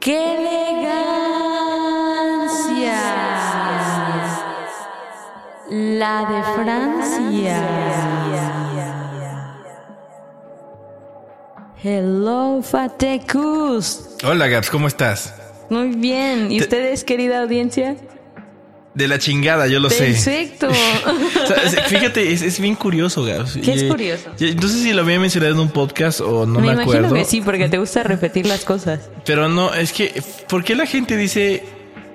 ¡Qué elegancia! La de Francia. Hello, Fatecus. Hola Gaps, ¿cómo estás? Muy bien. ¿Y Te- ustedes, querida audiencia? De la chingada, yo lo sé. Perfecto. O sea, es- Fíjate, es, es bien curioso, Gaps. ¿Qué es Eh, curioso? eh, no sé si lo había mencionado en un podcast o no me, me imagino acuerdo. que sí, porque te gusta repetir las cosas. Pero no, es que, ¿por qué la gente dice,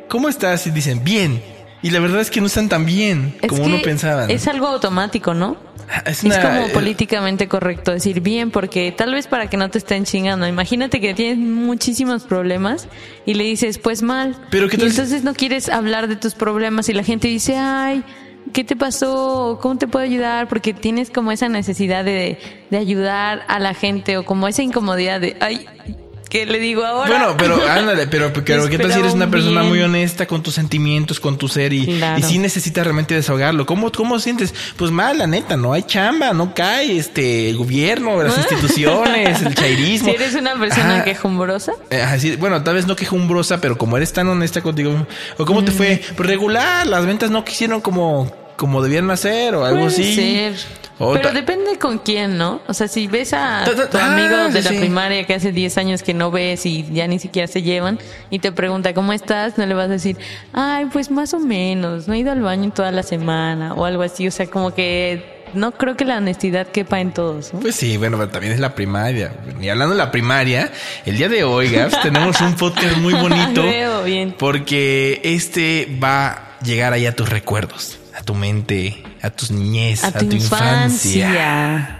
¿cómo estás? Y dicen, bien. Y la verdad es que no están tan bien Es como que uno pensaba. ¿no? Es algo automático, ¿no? Es es una- como eh, políticamente correcto decir bien, porque tal vez para que no te estén chingando. Imagínate que tienes muchísimos problemas y le dices, pues mal. Pero ¿qué y tal si- entonces no quieres hablar de tus problemas y la gente dice, ay, ¿qué te pasó? ¿Cómo te puedo ayudar? Porque tienes como esa necesidad de, de ayudar a la gente o como esa incomodidad de, ay, ¿qué le digo ahora? Bueno, pero ándale, pero, pero ¿qué tal si eres una persona muy honesta con tus sentimientos, con tu ser y, Claro. y sí necesitas realmente desahogarlo? ¿Cómo, ¿Cómo sientes? Pues mal, la neta, no hay chamba, no cae este el gobierno, las instituciones, el chairismo. Si Ah. eres una persona Ajá. quejumbrosa. Eh, así, bueno, tal vez no quejumbrosa, pero como eres tan honesta contigo, o cómo te fue Mm. Pues regular, las ventas no quisieron como, como debían hacer o algo Puede así. ser. O Pero ta- depende con quién, ¿no? O sea, si ves a Ta- ta- tu ah, amigo de sí, la sí. primaria que hace 10 años que no ves y ya ni siquiera se llevan y te pregunta, ¿cómo estás? No le vas a decir, ay, pues más o menos, no he ido al baño en toda la semana o algo así. O sea, como que no creo que la honestidad quepa en todos, ¿no? Pues sí, bueno, pero también es la primaria. Y hablando de la primaria, el día de hoy, Gaps, tenemos un podcast muy bonito. Ah, Veo, bien. Porque este va a llegar ahí a tus recuerdos, a tu mente, a tus niñez, a, tu, infancia. infancia.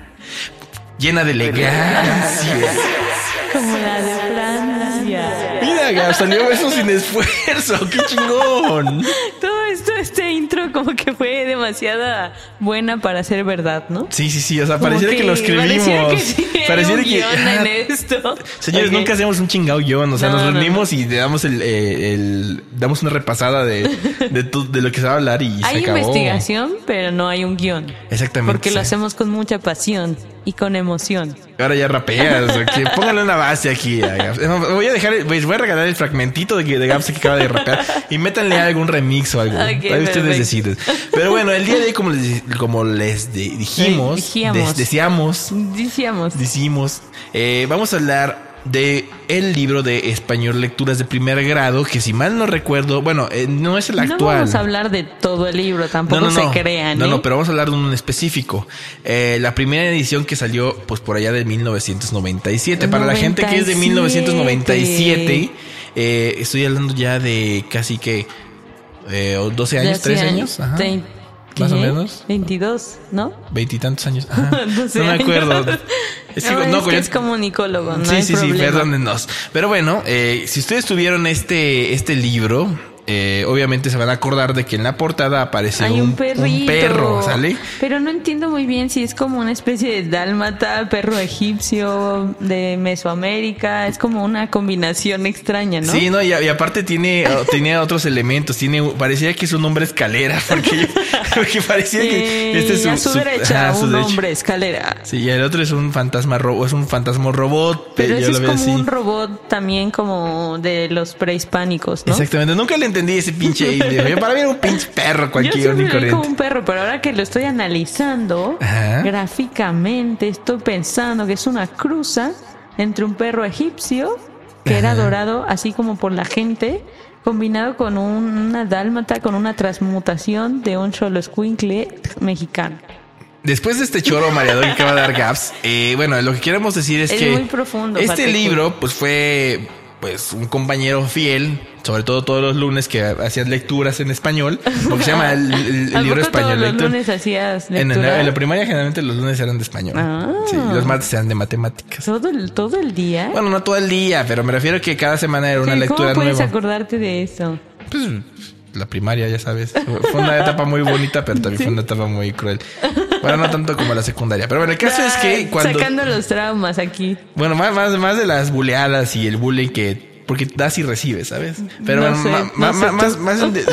Llena de elegancia. Como la de Francia. Mira, Gaps, salió eso sin esfuerzo. ¡Qué chingón! Todo esto, este intro como que fue demasiada buena para ser verdad, ¿no? Sí, sí, sí. O sea, Como pareciera que, lo escribimos. Pareciera que sí, hay Pareciera un guión ah, en esto. Señores, Ok. nunca hacemos un chingado guión. O sea, No, no, nos no. reunimos y le damos el, eh, el- damos una repasada de, de, tu- de lo que se va a hablar y Hay se acabó. investigación, pero no hay un guión. Exactamente. Porque lo hacemos con mucha pasión y con emoción. Ahora ya rapeas. ok. Póngale una base aquí. a Gaps. No, Voy a dejar, el- pues, voy a regalar el fragmentito de, que- de Gaps que acaba de rapear y métanle algún remix o algo. Ok, Ahí perfecto. ustedes deciden. Pero bueno, el día de hoy, como les, como les de- dijimos, Dijimos. des- deseamos, Decíamos. decimos, eh, vamos a hablar de el libro de español lecturas de primer grado que si mal no recuerdo bueno eh, no es el No actual vamos a hablar de todo el libro, tampoco se crean. no, ¿eh? no, pero vamos a hablar de un específico. Eh, la primera edición que salió, pues por allá de 1997. Para la gente que es de 1997, eh, estoy hablando ya de casi que eh, 12 De años, hace 13 años, ajá, Trein- más o ¿qué? menos, 22, ¿no? veintitantos años. ajá, 12 no me años. acuerdo. Es que, no, no, es, que yo- es comunicólogo, Pues no sí, hay sí, problema. sí, perdónennos. Pero bueno, eh, si ustedes tuvieron este, este libro, eh, obviamente se van a acordar de que en la portada aparece Hay un, un, perrito. perro, ¿sale? Pero no entiendo muy bien si es como una especie de dálmata, perro egipcio, de Mesoamérica. Es como una combinación extraña, ¿no? Sí, no, y, a- y aparte tiene, tiene otros elementos, tiene, parecía que su nombre escalera, porque, porque parecía Eh, que este es su, a su, su- derecha, ajá, a su Eh, un derecha. hombre, escalera. Sí, y el otro es un fantasma robo, es un fantasma robot, Pero eh, ese yo lo es veo como así. un robot también como de los prehispánicos, ¿no? Exactamente, nunca le entendí ese pinche idea. Yo Para mí era un pinche perro Yo cualquier siempre ni lo vi corriente. como un perro, pero ahora que lo estoy analizando Ajá. gráficamente, estoy pensando que es una cruza entre un perro egipcio que era adorado así como por la gente, combinado con un- una dálmata, con una transmutación de un solo escuincle mexicano. Después de este choro mareador que acaba de dar Gaps, eh, bueno, lo que queremos decir es, Es que muy profundo, este Patricio. libro pues fue pues un compañero fiel, sobre todo todos los lunes que hacían lecturas en español, porque se llama el, el- ¿A el libro poco español. Todos los lectura. lunes hacías En, lectura. en la primaria generalmente los lunes eran de español. Ah. Sí, y los martes eran de matemáticas. ¿Todo, el, todo el día. Bueno, no todo el día, pero me refiero que cada semana era una Sí, lectura ¿Cómo puedes nueva. acordarte de eso? Pues, la primaria, ya sabes. Fue una etapa muy bonita, pero también fue una etapa muy cruel. Bueno, no tanto como la secundaria. Pero bueno, el caso es Ay, que cuando... Sacando los traumas aquí. Bueno, más, más, más de las buleadas y el bullying que... Porque das y recibes, ¿sabes? Pero No bueno, sé, ma- no ma- sé ma- tú. más... más inde-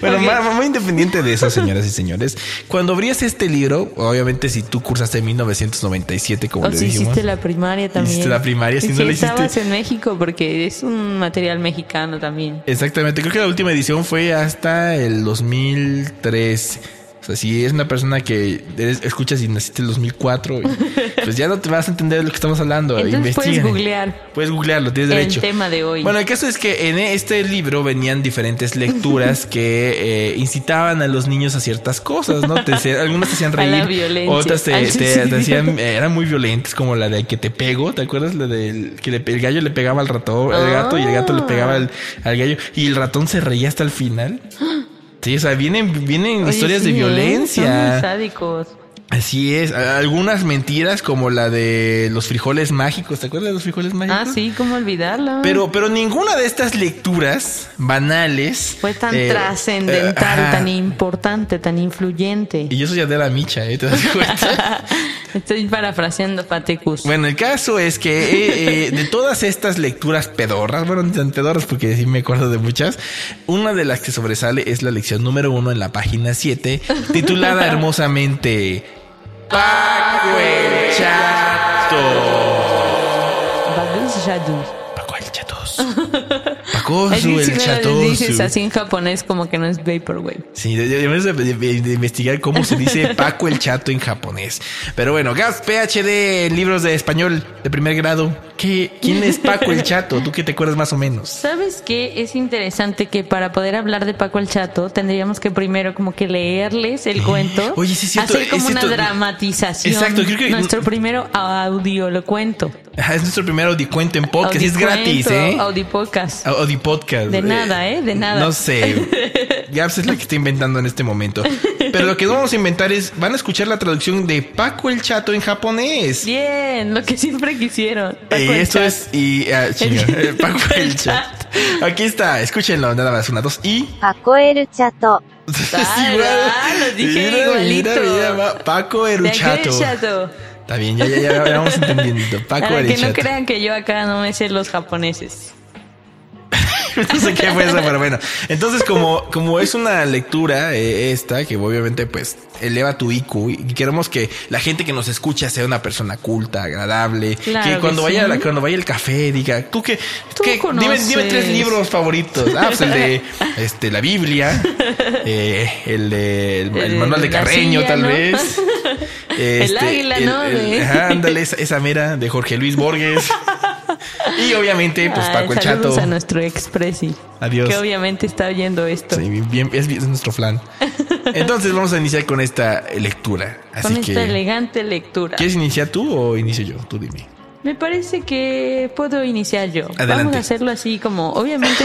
Bueno, Ok. ma- ma- muy independiente de eso, señoras y señores. Cuando abrías este libro, obviamente si tú cursaste en 1997, como O le si dijimos... hiciste la primaria también. Hiciste la primaria, si Y no si la hiciste- estabas en México porque es un material mexicano también. Exactamente, creo que la última edición fue hasta el 2003. O sea, si es una persona que eres- escuchas y naciste en el 2004, y- pues ya no te vas a entender de lo que estamos hablando. Entonces puedes Investígale. googlear Puedes googlearlo, tienes El derecho. tema de hoy. Bueno, el caso es que en este libro venían diferentes lecturas que eh, incitaban a los niños a ciertas cosas, ¿no? Te hacían- algunas te hacían A la reír, violencia, otras te, al te- suicidio. te hacían, eh, eran muy violentas, como la de que te pego, ¿te acuerdas? La del que le, el gallo le pegaba al ratón, Ah. al gato y el gato le pegaba al, al gallo y el ratón se reía hasta el final. Sí, o sea, vienen, vienen Oye, historias sí, de ¿eh? Son muy violencia. sádicos. Así es, A- algunas mentiras como la de los frijoles mágicos, ¿te acuerdas de los frijoles mágicos? Ah, sí, ¿cómo olvidarla? Pero, pero ninguna de estas lecturas banales Fue tan eh, trascendental, eh, ajá. tan importante, tan influyente. Y yo soy Adela Micha, ¿eh? ¿Te das cuenta? Estoy parafraseando a Patecus. bueno, el caso es que eh, eh, de todas estas lecturas pedorras, bueno, ni tan pedorras porque sí me acuerdo de muchas, una de las que sobresale es la lección número uno en la página 7, titulada hermosamente Paco el Chato. Bagus Jadus. Paco el Chatos. Paco Es que si el me lo Chatos. dices así en japonés como que no es vaporwave. Sí, debemos de, de- de- de investigar cómo se dice Paco el Chato en japonés. Pero bueno, Gas PhD en libros de español de primer grado. ¿Qué, ¿Quién es Paco el Chato? ¿Tú qué te acuerdas más o menos? ¿Sabes qué? Es interesante que para poder hablar de Paco el Chato tendríamos que primero como que leerles el cuento. Oye, sí es cierto, Hacer como es una cierto. dramatización. Exacto, creo que- Nuestro primero audio lo cuento. Ajá, Ah, Es nuestro primer audicuento en podcast. y Oh, es gratis, ¿eh? Audipodcast. Audi podcast. De nada, ¿eh? De nada. No sé. Gaps es la que está inventando en este momento. Pero lo que no vamos a inventar es, van a escuchar la traducción de Paco el Chato en japonés. Bien, lo que siempre quisieron. Paco Y el Eh, esto Chato. es. Y. ah, chinga, El- eh, Paco el el chat. chat. Aquí está, escúchenlo, nada más, una, dos y. 箱えるチャット Ah, ah, lo dije igualito. va, Paco De aquí del Eruchato. Chato. Está bien, ya, ya, ya, ya vamos entendiendo. Paco Para que no Eruchato. crean que yo acá no me sé los japoneses. no sé qué fue eso, pero bueno. Entonces, como, como es una lectura eh, esta, que obviamente pues eleva tu IQ y queremos que la gente que nos escucha sea una persona culta, agradable, Claro que que cuando sí. vaya la- cuando vaya el café diga, tú que, Tú dime, conoces. dime tres libros favoritos. Ah, pues el de este, la Biblia, eh, el de el, el Eh, manual de la Carreño, silla, tal ¿no? vez. Este, águila, ¿no? De- ajá, ándale, esa, esa mera de Jorge Luis Borges. Y obviamente, pues Ay, Paco el Chato. Ah, saludos a nuestro ex presi. Adiós. Que obviamente está oyendo esto. Sí, bien, bien, es, es nuestro flan. Entonces vamos a iniciar con esta lectura. Así con esta que, elegante lectura. ¿quieres iniciar tú o inicio yo? Tú dime. Me parece que puedo iniciar yo. Vamos Adelante. a hacerlo así como, obviamente,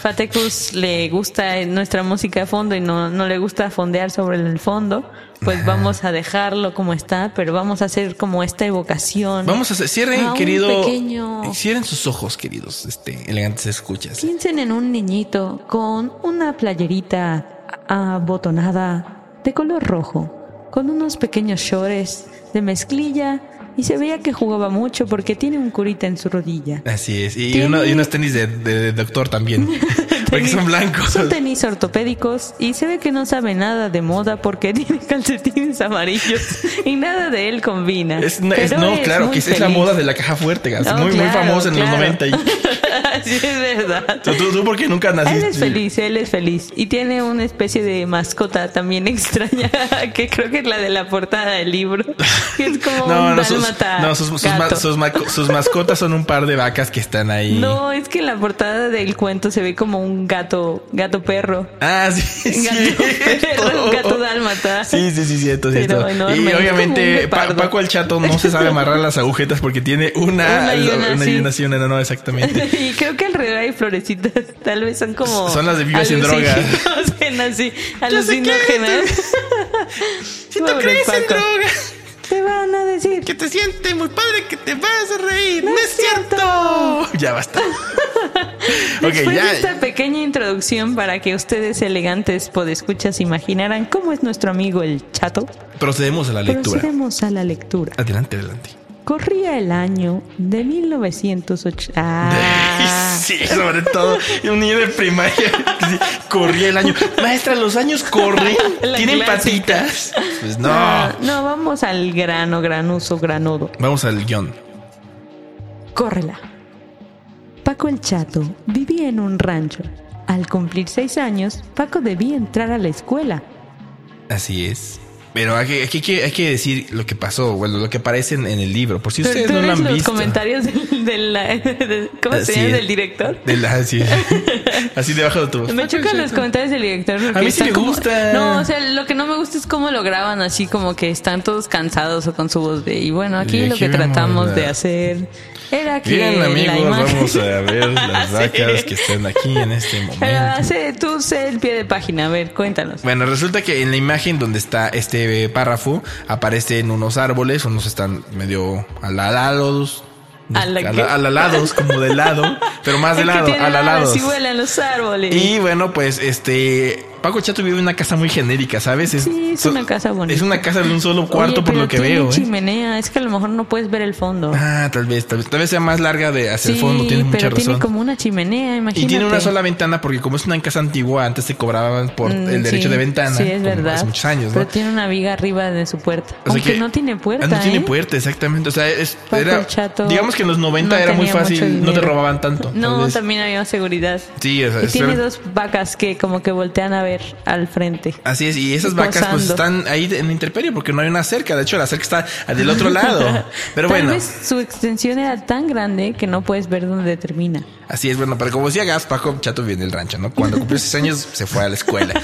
Fatecus le gusta nuestra música a fondo y no, no le gusta fondear sobre el fondo. Pues vamos a dejarlo como está, pero vamos a hacer como esta evocación. Vamos a hacer, cierren, A Ah, un querido. pequeño- Cierren sus ojos, queridos, este, elegantes escuchas. Piensen en un niñito con una playerita abotonada de color rojo, con unos pequeños shorts de mezclilla y se veía que jugaba mucho porque tiene un curita en su rodilla. Así es. Y, Tiene- uno- y unos tenis de, de- de doctor también. porque Tenis- son blancos. Son tenis ortopédicos y se ve que no sabe nada de moda porque tiene calcetines amarillos y nada de él combina. Es- no, es- Pero no, es claro, muy que es la feliz. moda de la caja fuerte, gas. No, muy, muy claro, famosa en claro. los 90. Y, sí, es verdad. ¿Tú, tú, tú por qué nunca Él naciste? es feliz, él es feliz. Y tiene una especie de mascota también extraña, que creo que es la de la portada del libro. Que es como No, un no, sus, dálmata no, sus, sus ma- gato. sus ma- sus mascotas son un par de vacas que están ahí. No, es que en la portada del cuento se ve como un gato, gato perro. Ah, sí, Gato perro, cierto. un gato dálmata. Sí, sí, sí, cierto, Pero cierto. enorme, y es como un obviamente Pa- guepardo. Paco el Chato no se sabe amarrar las agujetas porque tiene una, Una y una, sí. y una, no, exactamente. Y creo que alrededor hay florecitas, tal vez son como... Son las de Vive sin droga. alucinógenas, sí, Yo sé que alucinógenas. Si Pobre Paco. Te van a decir que te sientes muy padre, que te vas a reír. No, es cierto. Ya basta. ok, Después ya. de esta pequeña introducción para que ustedes elegantes podescuchas imaginaran cómo es nuestro amigo el chato, Procedemos a la lectura. procedemos a la lectura. Adelante, adelante. Corría el año de 1908. Ah, Sí, sobre todo un niño de primaria que sí, corría el año. Maestra, los años corren, La tienen clásica. patitas. Pues no. Ah, no, vamos al grano, granuso, granodo. Vamos al guión. Córrela. Paco el Chato vivía en un rancho. Al cumplir seis años, Paco debía entrar a la escuela. Así es. Pero hay que, hay que, hay que decir lo que pasó, bueno, lo que aparece en, en el libro. Por si ¿Tú, ustedes tú no lo eres han los visto. comentarios del, del- de- ¿cómo se Así llama? es. del director? Del- así, así debajo de tu voz. Me chocan los comentarios del director. porque A mí sí están me como- gusta. No, o sea, lo que no me gusta es cómo lo graban así, como que están todos cansados o con su voz de. Y bueno, aquí Y lo aquí que vemos tratamos la- de hacer era que. Bien, la amigos, imagen- vamos a ver las Sí. vacas que están aquí en este momento. Pero hace tú sé el pie de página. A ver, cuéntanos. Bueno, resulta que en la imagen donde está este eh, párrafo aparecen unos árboles, unos están medio alalados. ¿Ala qué? ala- Alalados, como de lado, pero más de Es que lado, tienen alas alalados. Y vuelan los árboles. Y bueno, pues este Paco Chato vive en una casa muy genérica, ¿sabes? Sí, es so- una casa bonita. Es una casa de un solo cuarto Oye, por pero lo que tiene veo, ¿eh? chimenea. Es que a lo mejor no puedes ver el fondo. Ah, tal vez, tal vez, tal vez sea más larga de hacia sí, el fondo, tienes mucha pero razón. tiene como una chimenea, imagínate. Y tiene una sola ventana porque como es una casa antigua, antes te cobraban por Mm, el derecho sí, de ventana. Sí, es como verdad. Hace muchos años, Pero ¿no? tiene una viga arriba de su puerta. O sea Aunque que- no tiene puerta. Ah, No tiene ¿eh? puerta, exactamente. O sea, es- Paco era- el Chato digamos que en los 90 no era muy tenía mucho fácil, no te dinero. robaban tanto. tal No, vez. también había seguridad. Sí, o sea, y es tiene ver- dos vacas que como que voltean a ver al frente. Así es, y esas vacas pues Posando. están ahí en la intemperie porque no hay una cerca. De hecho, la cerca está del otro lado. Pero Tal bueno, vez su extensión era tan grande que no puedes ver dónde termina. así es. Bueno, pero como decía Gas, Paco Chato viene del rancho, ¿no? Cuando cumplió 6 años se fue a la escuela.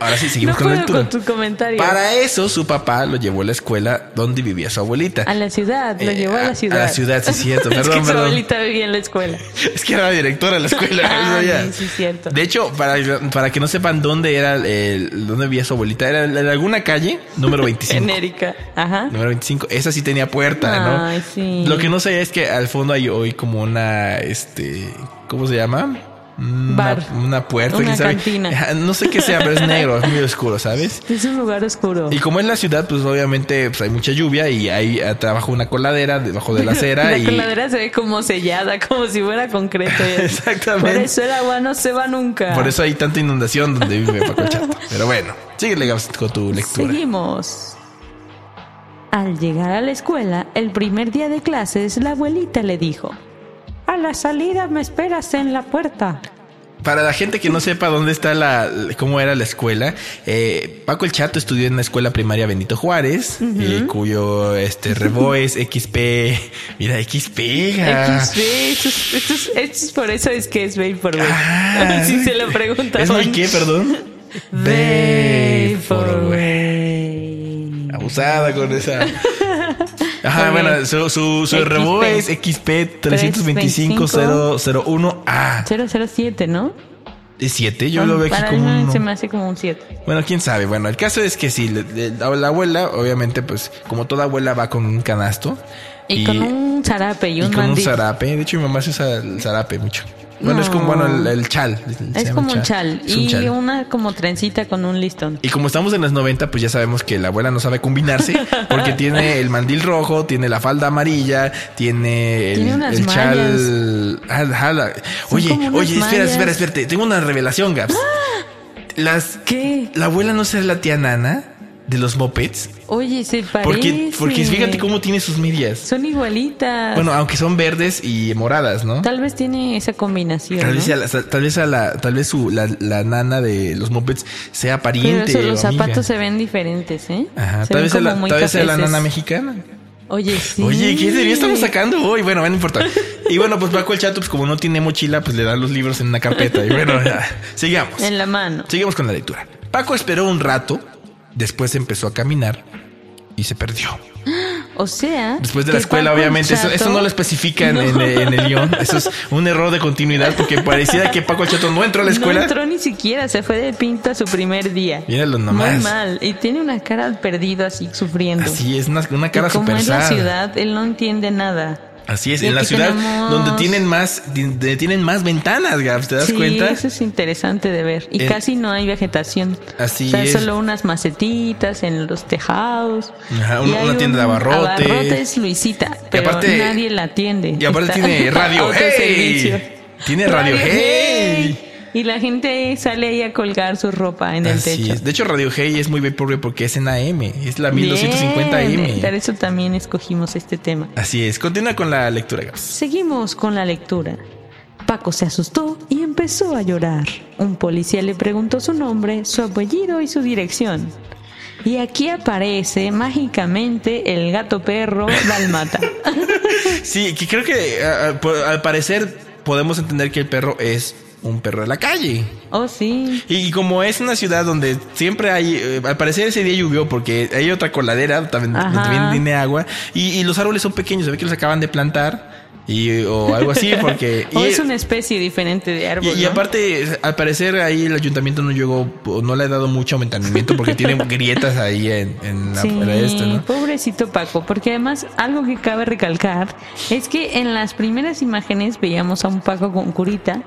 Ahora sí, seguimos No con la puedo lectura. con tu comentario. Para eso, su papá lo llevó a la escuela donde vivía su abuelita. A la ciudad, lo Eh, llevó a a- a la la ciudad. ciudad, sí, es cierto. es Perdón, que su perdón. abuelita vivía en la escuela. Es que era la directora de la escuela. Ah, eso ya. sí, sí, cierto. De hecho, para, para que no sepan dónde era, el, dónde vivía su abuelita, era en alguna calle, número 25. Genérica. Ajá. Número 25. Esa sí tenía puerta, Ay, ¿no? sí. Lo que no sé es que al fondo hay hoy como una, este, ¿cómo se llama? Una, Bar. Una puerta. Una ¿quién sabe? cantina. Ajá, No sé qué sea, pero es negro, es muy oscuro, ¿sabes? Es un lugar oscuro. Y como es la ciudad, pues obviamente pues, hay mucha lluvia y hay abajo una coladera debajo de la acera La y coladera se ve como sellada, como si fuera concreto. Exactamente. Por eso el agua no se va nunca. por eso hay tanta inundación donde vive Paco el Chato. Pero bueno, síguele Gabs, con tu lectura. Seguimos. Al llegar a la escuela, el primer día de clases, la abuelita le dijo: A la salida me esperas en la puerta. Para la gente que no sepa dónde está la, cómo era la escuela, eh, Paco el Chato estudió en la escuela primaria Benito Juárez, eh, cuyo este rebo es XP, mira XP. ga. XB, esto es- esto es- esto es por eso es que es Babe for Babe. Ah, si se lo preguntan. ¿Es muy qué, perdón? Babe for for Babe. Babe. Abusada con esa. Ajá, Ok. bueno, su, su, su XP. rebo es XP 325-001A. 007, ¿no? Es 7, yo lo veo aquí Ah, Para como mí un- Se me hace como un 7. Bueno, quién sabe. Bueno, el caso es que sí, le- le- la, la abuela, obviamente, pues como toda abuela va con un canasto. Y, con un zarape y y un con un mandil. zarape. De hecho, mi mamá se usa el zarape mucho. Bueno, es como, No. bueno, el, el chal. se Es llama como un chal. Es un y chal. una como trencita con un listón. Y como estamos en los 90, pues ya sabemos que la abuela no sabe combinarse porque tiene el mandil rojo, tiene la falda amarilla, tiene el, Tiene unas el chal. Ah, ah, la- Son Oye, como unas oye, espera, mallas. ¡Ah! espera, espérate. Tengo una revelación, Gaps. Las. ¿Qué? La abuela no será la tía Nana. de los mopeds. Oye, se parece. Porque, porque fíjate cómo tiene sus medias. Son igualitas. Bueno, aunque son verdes y moradas, ¿no? Tal vez tiene esa combinación. Tal vez, ¿no? a la, tal vez, a la, tal vez su, la, la nana de los mopeds sea Pero pariente. eso, los o amiga. zapatos se ven diferentes, ¿eh? Ajá, Se tal ven vez, a la, como muy tal vez sea la cafeces. nana mexicana. Oye, sí. Oye, ¿qué sería? Estamos sacando hoy. Bueno, no importa. Y bueno, pues Paco el Chato, pues como no tiene mochila, pues le dan los libros en una carpeta. Y bueno, ya. sigamos. En la mano. Sigamos con la lectura. Paco esperó un rato, después empezó a caminar y se perdió. O sea. Después de que la escuela, Paco el obviamente. Eso, Chato- eso no lo especifica en, en- en el guión. Eso es un error de continuidad porque pareciera que Paco el Chato no entró a la escuela. No entró ni siquiera, se fue de pinta su primer día. Míralo nomás. Muy mal. Y tiene una cara de perdido así, sufriendo. Así es, una, una cara y como super es la sad. ciudad, él no entiende nada. Así es, Y en la aquí ciudad tenemos- donde tienen más, donde tienen más ventanas, Gabs, ¿te das sí, cuenta? eso es interesante de ver. Y En- casi no hay vegetación. Así o sea, es. solo unas macetitas en los tejados. Ajá, Y una- hay una tienda de un- abarrotes. Abarrotes Luisita, pero aparte- nadie la atiende. Y aparte Está- tiene radio. autoservicio. ¡Hey! Tiene radio. ¡Hey! Y la gente sale ahí a colgar su ropa en el Así techo. es. De hecho, Radio Hey es muy pobre porque es en AM, es la 1250 Bien, Por AM. eso también escogimos este tema. Así es. Continúa con la lectura, Gabs. Seguimos con la lectura. Paco se asustó y empezó a llorar. Un policía le preguntó su nombre, su apellido y su dirección. Y aquí aparece mágicamente el gato perro Dalmata. Sí, que creo que a- a- por- al parecer podemos entender que el perro es un perro de la calle. oh, sí. Y, y como es una ciudad donde siempre hay, eh, al parecer ese día llovió porque hay otra coladera, también, Ajá. también tiene agua, y, y los árboles son pequeños, se ve que los acaban de plantar, y, o algo así, porque... O Oh, y- es una especie diferente de árbol. y, y ¿no? aparte, al parecer ahí el ayuntamiento no llegó, o no le ha dado mucho mantenimiento porque tiene grietas ahí en, en la Sí, en la esta, ¿no? pobrecito Paco, porque además algo que cabe recalcar es que en las primeras imágenes veíamos a un Paco con curita,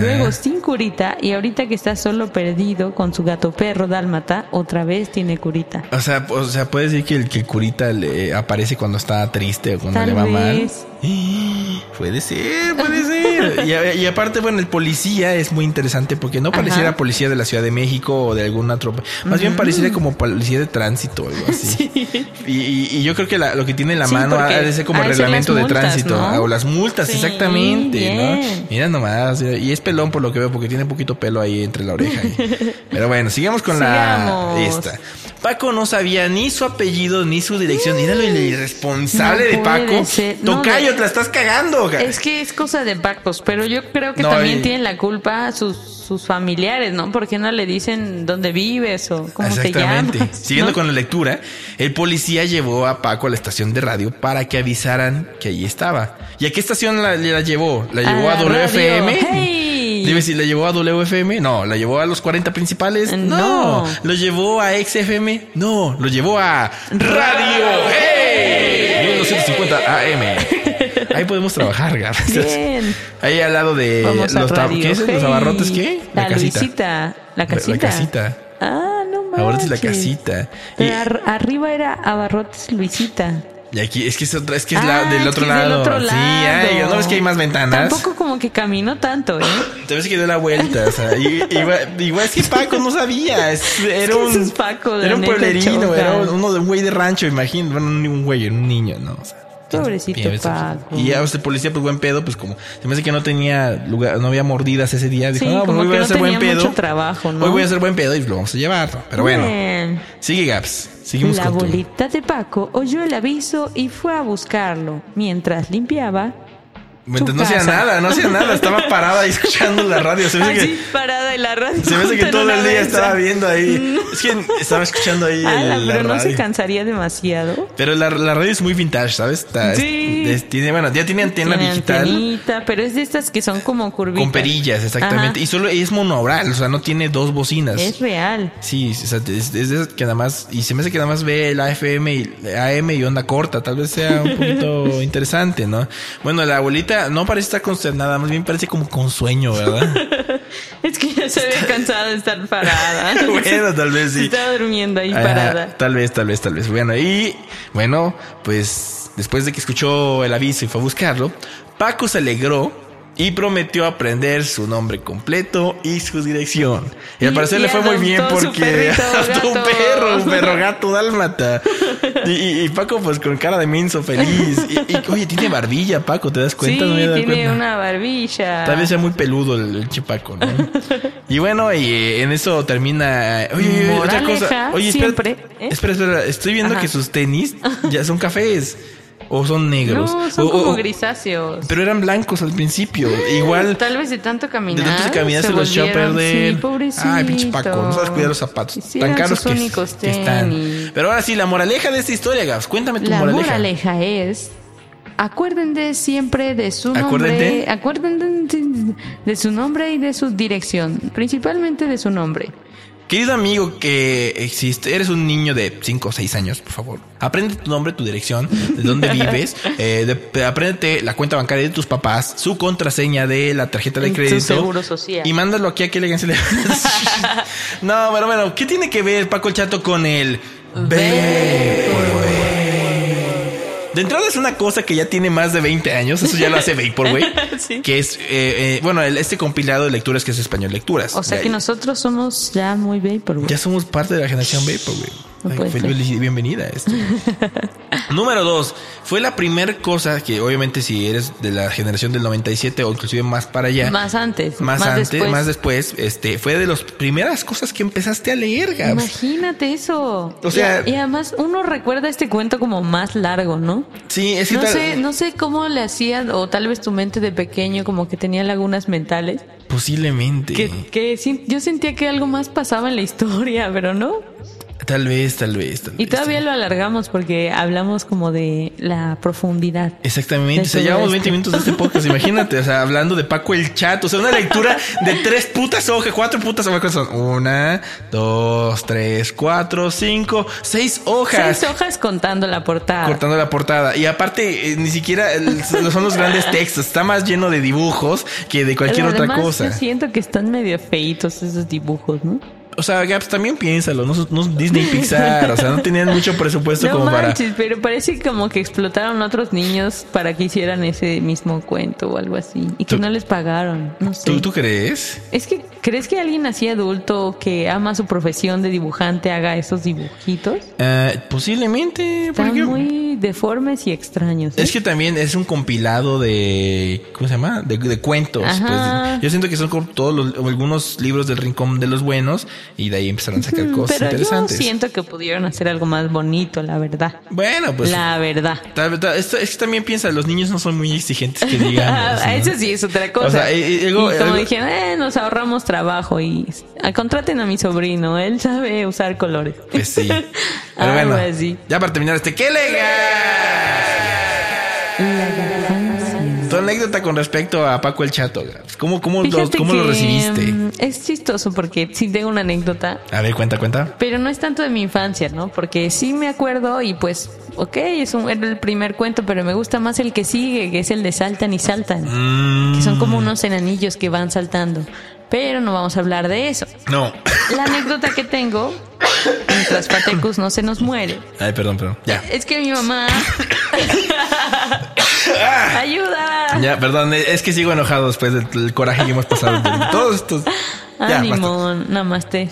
luego sin curita y ahorita que está solo perdido con su gato perro dálmata, otra vez tiene curita. O sea, o sea, puede decir que el, que el curita le aparece cuando está triste o cuando Tal le va vez. mal. Puede ser, puede ser. Y, a- y aparte, bueno, el policía es muy interesante porque no Ajá. Mm. pareciera policía de la Ciudad de México o de alguna tropa. Más bien pareciera como policía de tránsito o algo así. Y, y- y yo creo que la- lo que tiene en la Sí, mano porque ha de ser como ha de ser reglamento las de multas, tránsito ¿no? o las multas, Sí, exactamente. bien. ¿no? Mira nomás. Y es pelón por lo que veo porque tiene poquito pelo ahí entre la oreja. Pero bueno, sigamos con la... Sigamos. Esta. Paco no sabía ni su apellido ni su dirección. Mira lo irresponsable No de Paco. puede ser. No, Tocayo, de- te la estás cagando. cara. Es que es cosa de Pacos, pero yo creo que No, también y- tienen la culpa sus, sus familiares, ¿no? Porque no le dicen dónde vives o cómo te llamas. Exactamente. Siguiendo ¿no? con la lectura, el policía llevó a Paco a la estación de radio para que avisaran que ahí estaba. ¿Y a qué estación la, la llevó? ¿La A llevó a, la WFM? radio. ¡Hey! Dime si la llevó a WFM. No, la llevó a los 40 principales. No. Eh, No. ¿Lo llevó a XFM? No, lo llevó a Radio Hey! 1950 AM. Ahí podemos trabajar, Gab. Bien. Ahí al lado de Vamos a Eh, los, tab- Radio ¿qué es? Hey. ¿Los abarrotes, ¿qué? La, Luisita. La casita. casita. Ah, no manches. Abarrotes la casita. Pero Y- ar- arriba era Abarrotes Luisita. Y aquí es que es otra, es que es la- Ah, del es otro que es del lado. otro sí, lado. ay, no ves que hay más ventanas. Tampoco como que caminó tanto, ¿eh? Te ves que dio la vuelta, o sea, y- igual, igual es que Paco no sabía, es- era que un ese es Paco, la era un neta, pueblerino, choca. era uno de un güey de rancho, imagínate, bueno, ni un güey, era un niño, no, o sea, Pobrecito bien, Paco. Y ya este policía pues buen pedo, pues como se me hace que no tenía lugar, no había mordidas ese día, dijo, Sí, no, pues como hoy que voy a no hacer buen tenía pedo. mucho trabajo, ¿no? Hoy voy a hacer buen pedo y lo vamos a llevar, ¿no? pero bueno. Bien. Sigue Gaps, seguimos la con tu- bolita de Paco oyó el aviso y fue a buscarlo. Mientras limpiaba. Mientras tu no hacía casa. nada, no hacía nada, estaba parada ahí escuchando la radio, se me hace que- Así parada en la radio. Se me hace que junto en todo una el día mesa. estaba viendo ahí. Mm. Es que estaba escuchando ahí el- Ala, la pero no se radio. cansaría demasiado. Pero la, la radio es muy vintage, ¿sabes? Está- es- Sí. es- tiene, bueno, ya tiene antena Tiene digital antenita, pero es de estas que son como curvitas. con perillas, exactamente. Ajá. Y solo es monobral, o sea, no tiene dos bocinas. Es real. Sí, o sea, es, es de esas que nada más, y se me hace que nada más ve el AFM y AM y onda corta, tal vez sea un poquito interesante, ¿no? Bueno, la abuelita no parece estar consternada, más bien parece como con sueño, ¿verdad? Es que ya se había cansado de estar parada. bueno, tal vez sí. Ah, Estaba durmiendo ahí Ajá, parada. tal vez, tal vez, tal vez. Bueno, y bueno, pues después de que escuchó el aviso y fue a buscarlo, Paco se alegró y prometió aprender su nombre completo y su dirección. Y, al Y- parecer y le fue muy adoptó bien su porque perrito adoptó un gato. perro, un perro gato dálmata. Y, y- y Paco, pues con cara de minso feliz. Y, y, oye, tiene barbilla, Paco, ¿te das cuenta? sí, me había dado tiene cuenta. una barbilla. Tal vez sea muy peludo el, el chipaco, ¿no? y bueno, y eh, en eso termina. eh, Oye, oye, Moraleja, otra cosa. Oye, espera, siempre, ¿eh? espera, espera. Estoy viendo Ajá. que sus tenis ya son cafés o son negros. No, son o- o- como Ah, o- grisáceos. Pero eran blancos al principio. Igual. Tal vez de tanto De caminar. tanto que caminaste los echó a volvieron- perder. Sí, pobrecito. Ay, pinche Paco, no sabes cuidar los zapatos. Sí, tan eran caros sus que, únicos que están. tenis. Pero ahora sí, la moraleja de esta historia, Gabs. Cuéntame tu La moraleja. moraleja es. Acuérdense siempre de su Acuérdate. nombre. Acuérdense de su nombre y de su dirección. Principalmente de su nombre. Querido amigo que existe, eres un niño de 5 o 6 años, por favor. Aprende tu nombre, tu dirección, de dónde vives. Eh, de- apréndete la cuenta bancaria de tus papás, su contraseña de la tarjeta de Y tu crédito. seguro social. Y mándalo aquí a que le No, pero bueno, ¿qué tiene que ver Paco el Chato con el Vaporwave? De entrada es una cosa que ya tiene más de 20 años, eso ya lo hace Vaporwave, Sí. que es, eh, eh, bueno, el- este compilado de lecturas que es español lecturas. O sea Ya- que nosotros somos ya muy vaporwave. ya somos parte de la generación Vaporwave. No Ay, puede fel- ser. feliz- bienvenida a esto. Número dos, fue la primera cosa que obviamente si eres de la generación del 97 o inclusive más para allá. Más antes. más Más, antes, después. más después, este, fue de las primeras cosas que empezaste a leer, Gabs. Imagínate eso. O sea- y, y además uno recuerda este cuento como más largo, ¿no? Sí, es que No tal- sé, no sé cómo le hacían, o tal vez tu mente de pequeño como que tenía lagunas mentales. posiblemente. Que, que sí- yo sentía que algo más pasaba en la historia, pero no. Tal vez, tal vez, tal Y vez, todavía tal- lo alargamos porque hablamos como de la profundidad. de Exactamente, o sea, todo llevamos esto. 20 minutos de este podcast, imagínate, o sea, hablando de Paco el Chato, o sea, una lectura de tres putas hojas, cuatro putas hojas, son una, dos, tres, cuatro, cinco, seis hojas. Seis hojas contando la portada. Cortando la portada. Y aparte, eh, ni siquiera el- son los grandes textos. Está más lleno de dibujos que de cualquier Pero otra además, cosa. Yo siento que están medio feitos esos dibujos, ¿no? O sea, Gaps, también piénsalo. No, no es Disney Pixar. O sea, no tenían mucho presupuesto no como manches, pero parece como que explotaron a otros niños para que hicieran ese mismo cuento o algo así. Y que Tú- no les pagaron, no para. sé. ¿Tú, ¿Tú crees? Es que, ¿crees que alguien así adulto que ama su profesión de dibujante haga esos dibujitos? Eh, posiblemente. Están porque- muy deformes y extraños. ¿eh? Es que también es un compilado de. ¿Cómo se llama? De, de cuentos. Ajá. pues. yo siento que son como todos los, o algunos libros del rincón de los buenos y de ahí empezaron a sacar Mm, cosas Pero yo interesantes. siento que pudieron hacer algo más bonito, la verdad. Bueno, pues. la verdad. tal vez- tal- es, es que también piensa, los niños no son muy exigentes que digamos. ¿no? Ah, Eso sí es otra cosa. O sea, eh, eh, algo- y como algo- dijeron, eh, nos ahorramos trabajo y ah, contraten a mi sobrino, él sabe usar colores. Pues sí. Pero Algo bueno. así. Ya para terminar este, ¿qué legal? Tu anécdota con respecto a Paco el Chato. Gabs. ¿Cómo, cómo, lo, Fíjate cómo lo que, recibiste? mm, Es chistoso porque sí tengo una anécdota, A ver, cuenta, cuenta. pero no es tanto de mi infancia, ¿no? Porque sí me acuerdo y pues, ok, es un, era el primer cuento, pero me gusta más el que sigue, que es el de Saltan y Saltan, que son como unos enanillos que van saltando. Pero no vamos a hablar de eso. No. La anécdota que tengo, mientras Patecus no se nos muere, Ay, perdón, perdón. Ya. es que mi mamá. ¡Ayuda! Ya, perdón, es que sigo enojado después del, del coraje que hemos pasado. de todos estos. Ya, basta. Ánimo, namaste.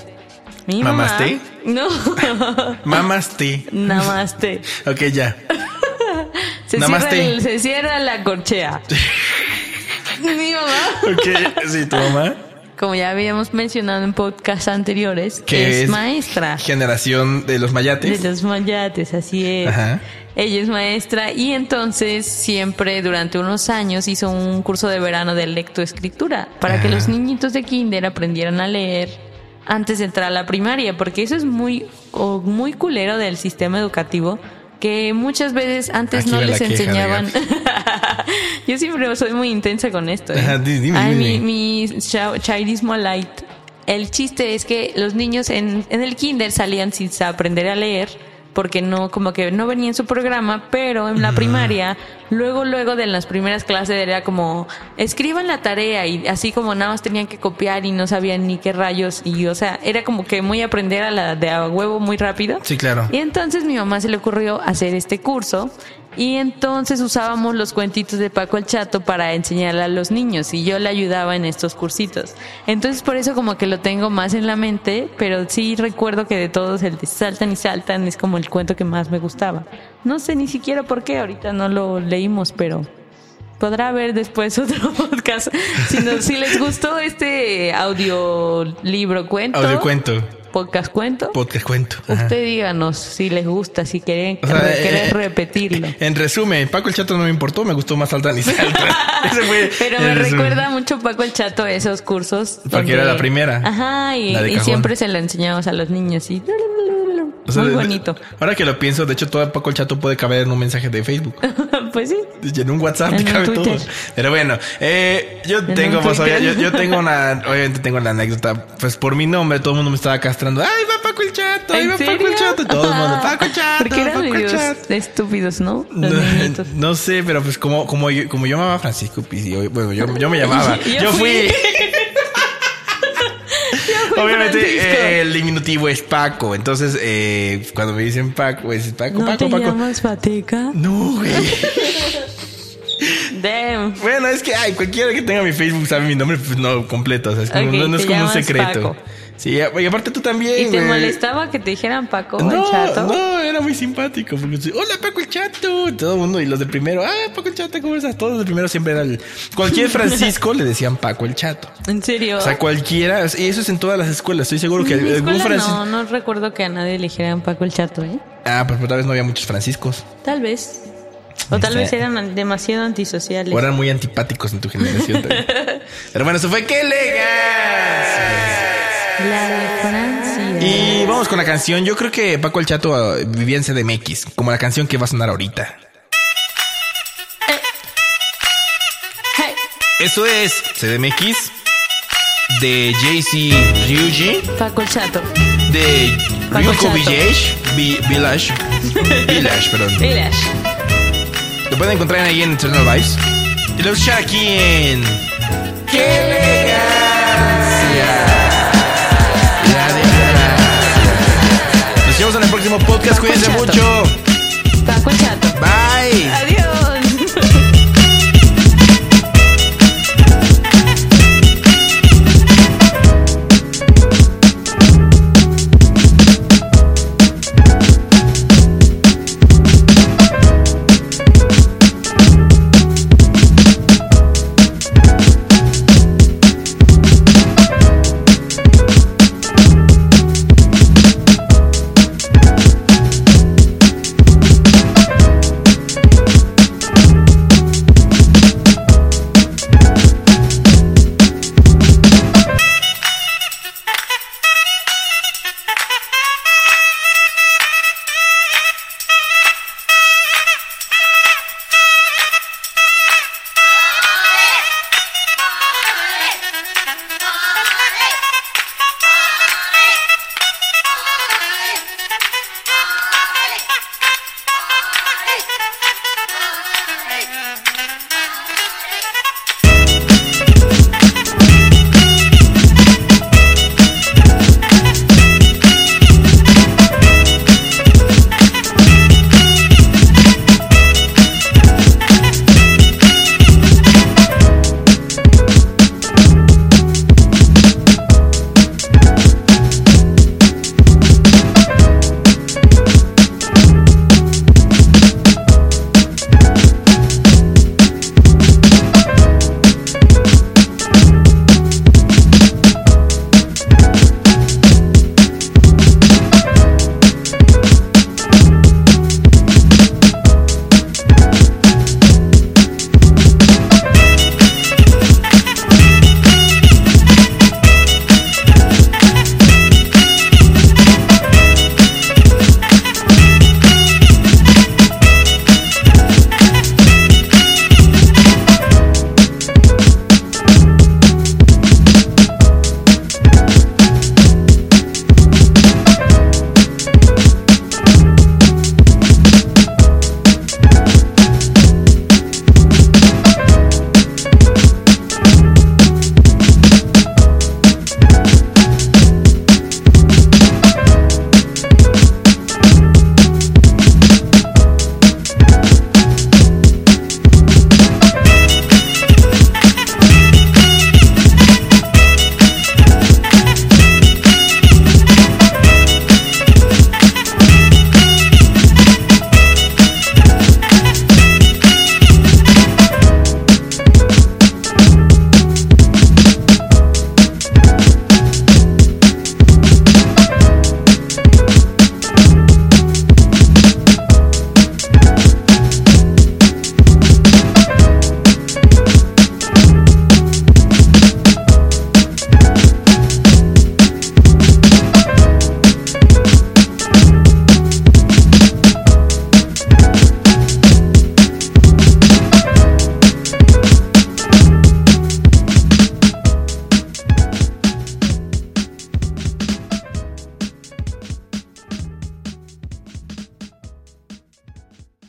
Mi mamá- ¿Mamaste? No, Mamaste. namaste. Ok, ya. Se, Namaste. Cierra el- se cierra la corchea. mi mamá, Ok, sí, tu mamá. como ya habíamos mencionado en podcasts anteriores, que es, maestra. Generación de los mayates. De los mayates, así es. Ajá. Ella es maestra y entonces siempre durante unos años hizo un curso de verano de lectoescritura para que Ajá. los niñitos de kinder aprendieran a leer antes de entrar a la primaria, porque eso es muy o muy culero del sistema educativo que muchas veces antes Aquí no va la les queja de enseñaban. Gaby. Yo siempre soy muy intensa con esto. ¿eh? Ajá, di- dime, Ay, mi, dime. mi chau- chairismo light. El chiste es que los niños en, en el kinder salían sin sa- aprender a leer porque no como que no venía en su programa, pero en la primaria luego luego de las primeras clases era como escriban la tarea y así como nada más tenían que copiar y no sabían ni qué rayos y o sea, era como que muy aprender a la de a huevo muy rápido. Sí, claro. Y entonces mi mamá se le ocurrió hacer este curso Y entonces usábamos los cuentitos de Paco el Chato para enseñarle a los niños y yo le ayudaba en estos cursitos. Entonces por eso como que lo tengo más en la mente, pero sí recuerdo que de todos el de Saltan y Saltan es como el cuento que más me gustaba. No sé ni siquiera por qué, ahorita no lo leímos, pero podrá haber después otro podcast. Si, no, si les gustó este audiolibro cuento. Audio cuento. Podcast cuento. Podcast cuento. Ajá. Usted díganos si les gusta, si quieren, o sea, re, quieren eh, repetirlo. En resumen, Paco el Chato no me importó, me gustó más Saltan y Saltan. Pero me resumen. recuerda mucho Paco el Chato esos cursos. Porque donde, era la primera. Ajá, y, y siempre se lo enseñamos a los niños y... O sea, Muy bonito. De, ahora que lo pienso, de hecho, todo Paco el Chato puede caber en un mensaje de Facebook. pues sí. Y en un WhatsApp en te cabe todo. Pero bueno, eh, yo en tengo, pues, obvia, yo, yo, tengo una, obviamente tengo la anécdota. Pues por mi nombre, todo el mundo me estaba castrando. ¡Ay, va Paco el Chato! ¡Ay, va Paco el Chato! Y todo el mundo, Paco el Chato. Porque eran Paco el Chato. estúpidos, ¿no? Los no, no, sé, pero pues como, como, yo, como yo me llamaba Francisco Pizzi, bueno, yo, yo me llamaba. yo, yo fui. Obviamente eh, el diminutivo es Paco. Entonces, eh, cuando me dicen Paco, es Paco, ¿No Paco, te Paco. llamas Pateca? No, güey. Damn. Bueno, es que ay, cualquiera que tenga mi Facebook sabe mi nombre pues, no completo. O sea, es como, Okay, no, no es te como un llamas secreto. Paco. Sí, y aparte tú también. ¿Y te güey. molestaba que te dijeran Paco el No, Chato? no, era muy simpático. Porque, sí, Hola, Paco el Chato. Todo el mundo. Y los de primero, ah, Paco el Chato, ¿cómo estás? Todos los de primero siempre era el. Cualquier Francisco le decían Paco el Chato. ¿En serio? O sea, cualquiera. Y eso es en todas las escuelas. Estoy seguro que En mi algún escuela No, Francisco. no recuerdo que a nadie le dijeran Paco el Chato, ¿eh? Ah, pues pero tal vez no había muchos Franciscos. Tal vez. O tal Sí. vez eran demasiado antisociales. O eran muy antipáticos en tu generación también. Pero bueno, eso fue que legal. La de Francia. Y vamos con la canción. Yo creo que Paco el Chato eh, vivía en CDMX, como la canción que va a sonar ahorita. Hey. Eso es CDMX de JC Ryuji, Paco el Chato. de Paco Ryuko Chato. Village, Vi- Village, Village, perdón. Village. Lo pueden encontrar ahí en Eternal Vibes. Y lo escuchar aquí en. ¡Qué elegancia! La de elegancia. Nos vemos en el próximo podcast. Cuídense Chato. mucho. Paco el Chato. Bye. Adiós.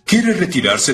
¿Quiere retirarse